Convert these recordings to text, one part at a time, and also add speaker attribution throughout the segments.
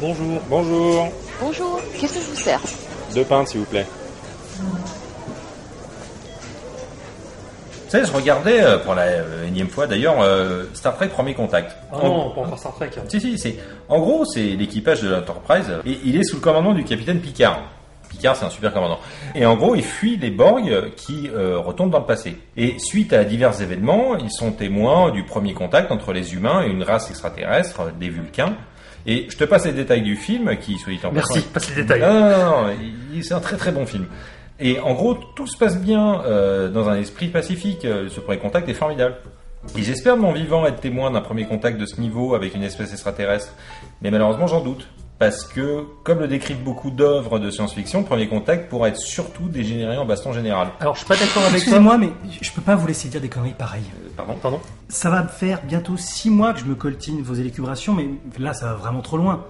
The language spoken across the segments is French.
Speaker 1: Bonjour. Bonjour.
Speaker 2: Bonjour, qu'est-ce que je vous sers
Speaker 1: Deux pintes, s'il vous plaît.
Speaker 3: Vous savez, je regardais euh, pour la euh, énième fois d'ailleurs euh, Star Trek Premier Contact.
Speaker 4: Ah
Speaker 3: En-
Speaker 4: non, pas encore Star Trek. hein.
Speaker 3: Si, si, c'est. En gros, c'est l'équipage de l'Enterprise et il est sous le commandement du capitaine Picard. Picard, c'est un super commandant. Et en gros, il fuit les Borg qui euh, retombent dans le passé. Et suite à divers événements, ils sont témoins du premier contact entre les humains et une race extraterrestre, euh, des Vulcains. Et je te passe les détails du film qui, soit dit en
Speaker 4: Merci,
Speaker 3: passant,
Speaker 4: passe les détails.
Speaker 3: non, non, non, non, il- c'est un très très bon film. Et en gros, tout se passe bien euh, dans un esprit pacifique. euh, Ce premier contact est formidable. Et j'espère de mon vivant être témoin d'un premier contact de ce niveau avec une espèce extraterrestre. Mais malheureusement, j'en doute. Parce que, comme le décrivent beaucoup d'œuvres de science-fiction, le premier contact pourrait être surtout dégénéré en baston général.
Speaker 4: Alors, je suis pas d'accord avec toi.
Speaker 5: Excusez-moi, mais je peux pas vous laisser dire des conneries pareilles.
Speaker 3: Pardon
Speaker 4: Pardon
Speaker 5: Ça va me faire bientôt 6 mois que je me coltine vos élucubrations, mais là, ça va vraiment trop loin.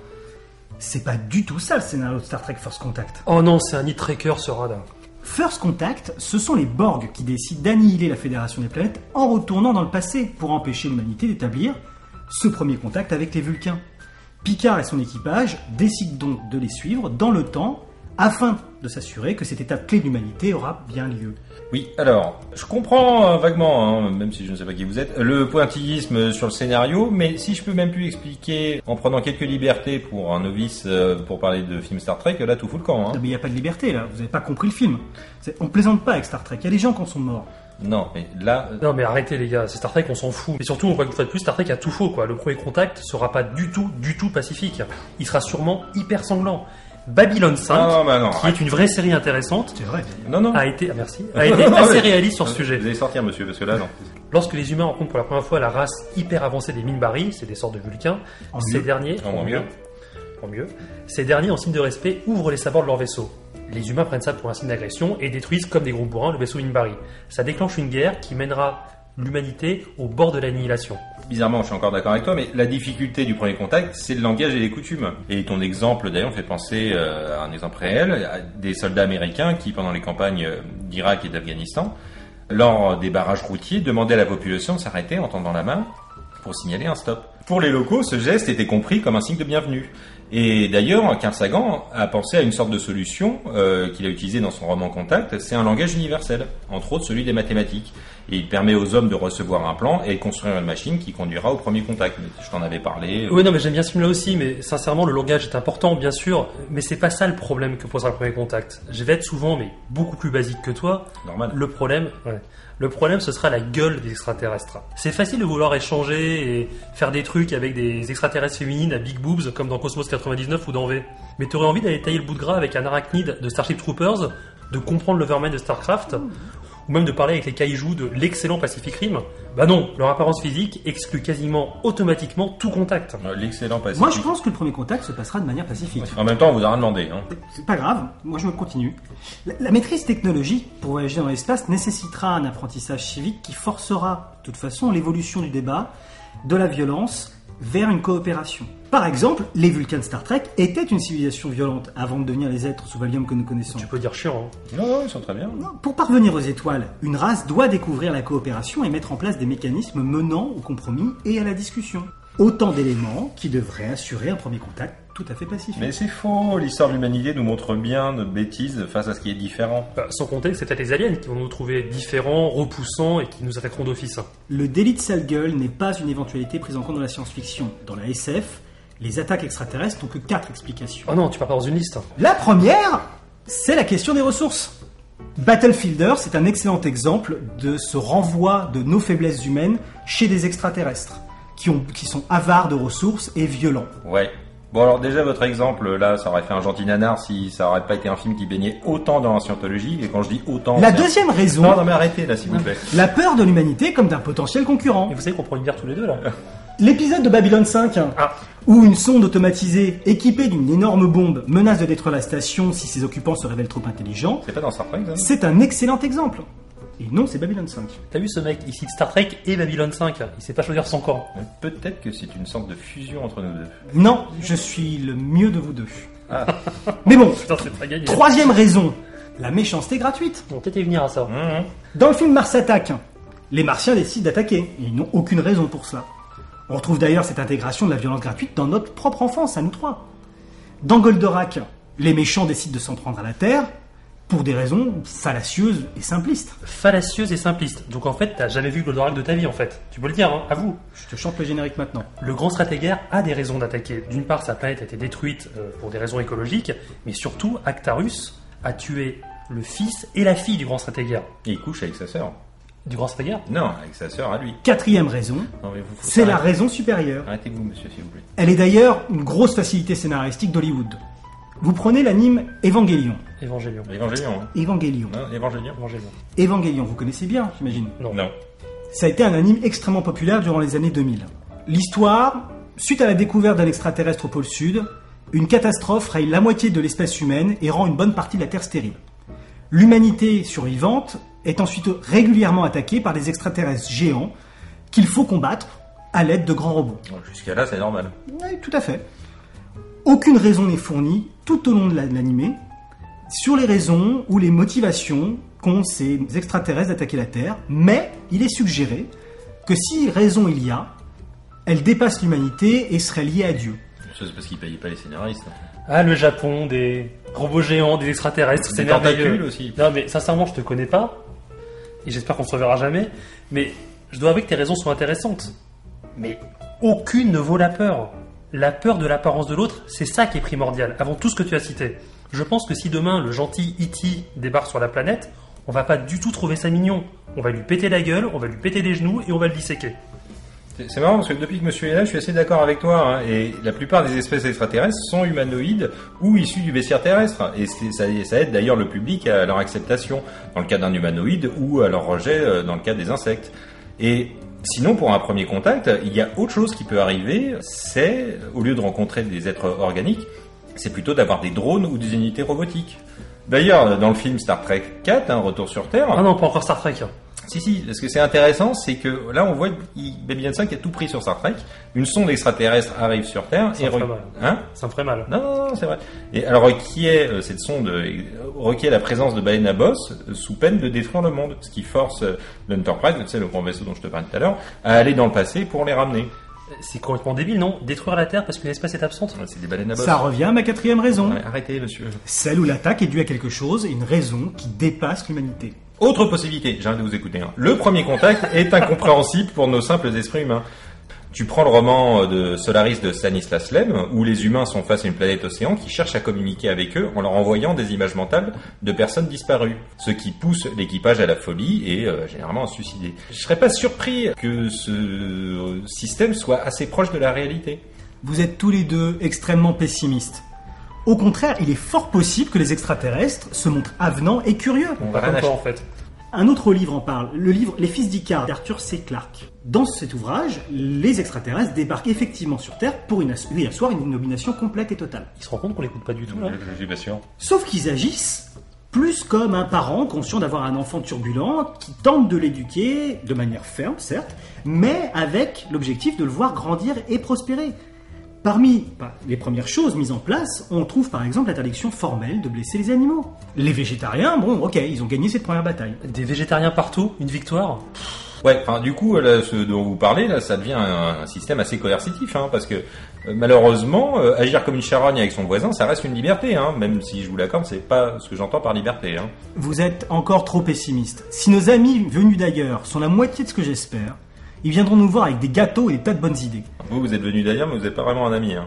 Speaker 5: C'est pas du tout ça le scénario de Star Trek First Contact.
Speaker 4: Oh non, c'est un nid tracker ce radar.
Speaker 5: First Contact, ce sont les Borg qui décident d'annihiler la Fédération des planètes en retournant dans le passé pour empêcher l'humanité d'établir ce premier contact avec les Vulcains. Picard et son équipage décident donc de les suivre dans le temps afin de s'assurer que cette étape clé de l'humanité aura bien lieu.
Speaker 3: Oui, alors, je comprends euh, vaguement, hein, même si je ne sais pas qui vous êtes, le pointillisme sur le scénario, mais si je peux même plus expliquer, en prenant quelques libertés pour un novice, euh, pour parler de film Star Trek, là tout fout le camp.
Speaker 5: Non,
Speaker 3: Hein.
Speaker 5: mais il n'y a pas de liberté là, vous n'avez pas compris le film. C'est- On plaisante pas avec Star Trek, il y a des gens qui en sont morts.
Speaker 3: Non, mais là, euh,
Speaker 4: Non mais arrêtez les gars, c'est Star Trek, on s'en fout. Et surtout, on voit que vous faites plus Star Trek a tout faux quoi. Le premier contact sera pas du tout, du tout pacifique. Il sera sûrement hyper sanglant. Babylon 5,
Speaker 3: non, non, bah non,
Speaker 4: qui est une vraie série intéressante,
Speaker 5: C'est vrai.
Speaker 3: non, non.
Speaker 4: a été, ah, merci, a été assez réaliste sur ce sujet.
Speaker 3: Vous allez sortir, monsieur, parce que là, non.
Speaker 4: Lorsque les humains rencontrent pour la première fois la race hyper avancée des Minbari, c'est des sortes de vulcains,
Speaker 5: En
Speaker 4: ces
Speaker 5: mieux.
Speaker 4: derniers,
Speaker 3: En mieux.
Speaker 4: en mieux, ces derniers, en signe de respect, ouvrent les sabords de leur vaisseau. Les humains prennent ça pour un signe d'agression et détruisent comme des gros bourrins le vaisseau Minbari. Ça déclenche une guerre qui mènera l'humanité au bord de l'annihilation.
Speaker 3: Bizarrement, je suis encore d'accord avec toi, mais la difficulté du premier contact, c'est le langage et les coutumes. Et ton exemple, d'ailleurs, fait penser euh, à un exemple réel, à des soldats américains qui, pendant les campagnes euh, d'Irak et d'Afghanistan, lors des barrages routiers, demandaient à la population de s'arrêter en tendant la main pour signaler un stop. Pour les locaux, ce geste était compris comme un signe de bienvenue. Et d'ailleurs, Carl Sagan a pensé à une sorte de solution euh, qu'il a utilisée dans son roman Contact, c'est un langage universel, entre autres celui des mathématiques. Et il permet aux hommes de recevoir un plan et de construire une machine qui conduira au premier contact. Mais Je t'en avais parlé. euh,
Speaker 4: Oui, non, mais j'aime bien ce film-là aussi, mais sincèrement, le langage est important, bien sûr, mais c'est pas ça le problème que posera le premier contact. Je vais être souvent, mais beaucoup plus basique que toi.
Speaker 3: Normal.
Speaker 4: Le problème, ouais. le problème, ce sera la gueule des extraterrestres. C'est facile de vouloir échanger et faire des trucs avec des extraterrestres féminines à big boobs, comme dans Cosmos 99 ou dans V. Mais t'aurais envie d'aller tailler le bout de gras avec un arachnide de Starship Troopers, de comprendre l'Overman de Starcraft, ou même de parler avec les cailloux de l'excellent Pacific Rim Bah non, leur apparence physique exclut quasiment automatiquement tout contact.
Speaker 3: Euh, L'excellent passé.
Speaker 5: Moi je pense que le premier contact se passera de manière pacifique.
Speaker 3: En même temps, on vous a rien demandé. Hein.
Speaker 5: C'est pas grave, moi je me continue. La, la maîtrise technologique pour voyager dans l'espace nécessitera un apprentissage civique qui forcera, de toute façon, l'évolution du débat, de la violence vers une coopération. Par exemple, les Vulcains de Star Trek étaient une civilisation violente avant de devenir les êtres sous Valium que nous connaissons.
Speaker 4: Tu peux dire chiant, hein.
Speaker 3: Non, non, ils sont très bien.
Speaker 5: Non, Pour parvenir aux étoiles, une race doit découvrir la coopération et mettre en place des mécanismes menant au compromis et à la discussion. Autant d'éléments qui devraient assurer un premier contact tout à fait pacifique.
Speaker 3: Mais c'est faux. L'histoire de l'humanité nous montre bien notre bêtise face à ce qui est différent.
Speaker 4: Bah, sans compter que c'est peut-être les aliens qui vont nous trouver différents, repoussants et qui nous attaqueront d'office.
Speaker 5: Le délit de sale gueule n'est pas une éventualité prise en compte dans la science-fiction. Dans la SF, les attaques extraterrestres n'ont que quatre explications.
Speaker 4: Oh non, tu pars pas dans une liste.
Speaker 5: La première, c'est la question des ressources. Battlefielder, c'est un excellent exemple de ce renvoi de nos faiblesses humaines chez des extraterrestres, qui, ont- qui sont avares de ressources et violents.
Speaker 3: Ouais. Bon alors déjà votre exemple là, ça aurait fait un gentil nanar si ça aurait pas été un film qui baignait autant dans la scientologie. Et quand je dis autant,
Speaker 5: La
Speaker 3: c'est-
Speaker 5: deuxième raison,
Speaker 3: Oh, Non, non mais arrêtez là s'il vous plaît.
Speaker 5: la peur de l'humanité comme d'un potentiel concurrent.
Speaker 4: Et vous savez qu'on prend une guerre tous les deux là
Speaker 5: L'épisode de Babylone 5, hein,
Speaker 4: Ah.
Speaker 5: où une sonde automatisée équipée d'une énorme bombe menace de détruire la station si ses occupants se révèlent trop intelligents,
Speaker 3: C'est pas dans Star Trek ça
Speaker 5: c'est un excellent exemple. Et non, c'est Babylone 5.
Speaker 4: T'as vu ce mec Il cite Star Trek et Babylon 5. Il sait pas choisir son camp.
Speaker 3: Euh, Peut-être que c'est une sorte de fusion entre nous deux.
Speaker 5: Non, je suis le mieux de vous deux.
Speaker 3: Ah.
Speaker 5: Mais bon,
Speaker 4: Putain, c'est pas gagné.
Speaker 5: troisième raison, la méchanceté gratuite.
Speaker 4: On peut-être y venir à ça.
Speaker 3: Hum, hum.
Speaker 5: Dans le film Mars attaque, les Martiens décident d'attaquer. Ils n'ont aucune raison pour cela. On retrouve d'ailleurs cette intégration de la violence gratuite dans notre propre enfance, à nous trois. Dans Goldorak, les méchants décident de s'en prendre à la Terre pour des raisons fallacieuses et simplistes.
Speaker 4: Fallacieuse et simpliste. Donc en fait, t'as jamais vu Goldorak de ta vie en fait. Tu peux le dire, hein, à vous.
Speaker 5: Je te chante le générique maintenant.
Speaker 4: Le grand stratégaire a des raisons d'attaquer. D'une part, sa planète a été détruite euh, pour des raisons écologiques, mais surtout, Actarus a tué le fils et la fille du grand stratégaire.
Speaker 3: Et il couche avec sa sœur.
Speaker 4: Du grand stratégaire
Speaker 3: Non, avec sa sœur à lui.
Speaker 5: Quatrième raison,
Speaker 3: Non, mais vous- faut
Speaker 5: c'est la
Speaker 3: s'arrêter.
Speaker 5: raison supérieure.
Speaker 3: Arrêtez-vous, monsieur, s'il vous plaît.
Speaker 5: Elle est d'ailleurs une grosse facilité scénaristique d'Hollywood. Vous prenez l'anime Evangelion.
Speaker 4: Évangélion.
Speaker 3: Évangélion, hein.
Speaker 5: Evangelion.
Speaker 3: Non, Évangélion
Speaker 4: Évangélion.
Speaker 5: Evangelion, vous connaissez bien, j'imagine.
Speaker 4: Non.
Speaker 3: Non.
Speaker 5: Ça a été un anime extrêmement populaire durant les années 2000. L'histoire, suite à la découverte d'un extraterrestre au pôle sud, une catastrophe raye la moitié de l'espèce humaine et rend une bonne partie de la Terre stérile. L'humanité survivante est ensuite régulièrement attaquée par des extraterrestres géants qu'il faut combattre à l'aide de grands robots.
Speaker 3: Bon, Jusqu'à là, c'est normal.
Speaker 5: Oui, tout à fait. Aucune raison n'est fournie tout au long de la- de l'animé sur les raisons ou les motivations qu'ont ces extraterrestres d'attaquer la Terre, mais il est suggéré que si raison il y a, elle dépasse l'humanité et serait liée à Dieu.
Speaker 3: Ça, C'est parce qu'ils payaient pas les scénaristes.
Speaker 4: Ah, le Japon, des robots géants, des extraterrestres, c'est
Speaker 3: Des tentacules
Speaker 4: merveilleux.
Speaker 3: aussi.
Speaker 4: Non, mais sincèrement, je te connais pas. Et j'espère qu'on se reverra jamais. Mais je dois avouer que tes raisons sont intéressantes. Mais aucune ne vaut la peur. La peur de l'apparence de l'autre, c'est ça qui est primordial, avant tout ce que tu as cité. Je pense que si demain le gentil E.T. débarque sur la planète, on va pas du tout trouver ça mignon. On va lui péter la gueule, on va lui péter les genoux et on va le disséquer.
Speaker 3: C'est c'est marrant parce que depuis que monsieur est là, je suis assez d'accord avec toi. hein, et la plupart des espèces extraterrestres sont humanoïdes ou issues du bestiaire terrestre. Et c'est- ça, ça aide d'ailleurs le public à leur acceptation dans le cas d'un humanoïde ou à leur rejet euh, dans le cas des insectes. Et sinon, pour un premier contact, il y a autre chose qui peut arriver. C'est, au lieu de rencontrer des êtres organiques, c'est plutôt d'avoir des drones ou des unités robotiques. D'ailleurs, dans le film Star Trek 4, hein, Retour sur Terre,
Speaker 4: Ah non, pas encore Star Trek. hein.
Speaker 3: si, si, ce que c'est intéressant, c'est que là, on voit il- Baby Johnson qui a tout pris sur Star Trek. Une sonde extraterrestre arrive sur Terre
Speaker 4: Ça
Speaker 3: et.
Speaker 4: ferait
Speaker 3: re-
Speaker 4: mal.
Speaker 3: Hein
Speaker 4: Ça me ferait mal.
Speaker 3: non, non, non, c'est vrai. Et alors, requiert euh, cette sonde euh, requiert la présence de baleines à bosse euh, sous peine de détruire le monde, ce qui force euh, l'Enterprise, tu sais, le grand vaisseau dont je te parlais tout à l'heure, à aller dans le passé pour les ramener.
Speaker 4: C'est complètement débile, non Détruire la Terre parce qu'une espèce est absente
Speaker 3: Ouais, C'est des baleines à bosse.
Speaker 5: Ça revient à ma quatrième raison,
Speaker 3: Ah bah Ouais, arrêtez, monsieur.
Speaker 5: celle où l'attaque est due à quelque chose et une raison qui dépasse l'humanité.
Speaker 3: Autre possibilité, j'ai envie de vous écouter. hein. Le premier contact est incompréhensible pour nos simples esprits humains. Tu prends le roman euh, de Solaris de Stanislas Lem, où les humains sont face à une planète océan qui cherche à communiquer avec eux en leur envoyant des images mentales de personnes disparues, ce qui pousse l'équipage à la folie et euh, généralement à se suicider. Je serais pas surpris que ce euh, système soit assez proche de la réalité.
Speaker 5: Vous êtes tous les deux extrêmement pessimistes. Au contraire, il est fort possible que les extraterrestres se montrent avenants et curieux.
Speaker 3: On va
Speaker 4: Pas
Speaker 3: rien
Speaker 4: comme toi,
Speaker 3: acheter.
Speaker 4: en fait.
Speaker 5: Un autre livre en parle, le livre Les Fils d'Icare d'Arthur C. Clarke. Dans cet ouvrage, les extraterrestres débarquent effectivement sur Terre pour une ass- y asseoir une domination complète et totale.
Speaker 4: Ils se rendent compte qu'on l'écoute pas du tout, là
Speaker 3: Je suis pas sûr.
Speaker 5: Sauf qu'ils agissent plus comme un parent conscient d'avoir un enfant turbulent qui tente de l'éduquer de manière ferme, certes, mais avec l'objectif de le voir grandir et prospérer. Parmi par- les premières choses mises en place, on trouve par exemple l'interdiction formelle de blesser les animaux. Les végétariens, bon, ok, ils ont gagné cette première bataille.
Speaker 4: Des végétariens partout, une victoire
Speaker 3: Ouais, enfin, du coup, là, ce dont vous parlez, là, ça devient un, un système assez coercitif, hein, parce que euh, malheureusement, euh, agir comme une charogne avec son voisin, ça reste une liberté, hein, même si je vous l'accorde, c'est pas ce que j'entends par liberté. Hein.
Speaker 5: Vous êtes encore trop pessimiste. Si nos amis venus d'ailleurs sont la moitié de ce que j'espère, ils viendront nous voir avec des gâteaux et des tas de bonnes idées.
Speaker 3: Vous, vous êtes venu d'ailleurs, mais vous n'êtes pas vraiment un ami. Hein.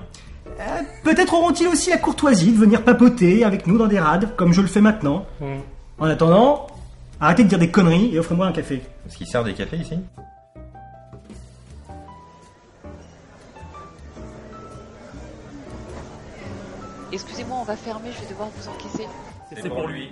Speaker 5: Peut-être auront-ils aussi la courtoisie de venir papoter avec nous dans des rades, comme je le fais maintenant.
Speaker 4: Hmm.
Speaker 5: En attendant, arrêtez de dire des conneries et offrez-moi un café.
Speaker 3: Est-ce qu'ils servent des cafés ici
Speaker 2: Excusez-moi, on va fermer, je vais devoir vous encaisser.
Speaker 3: C'est pour lui.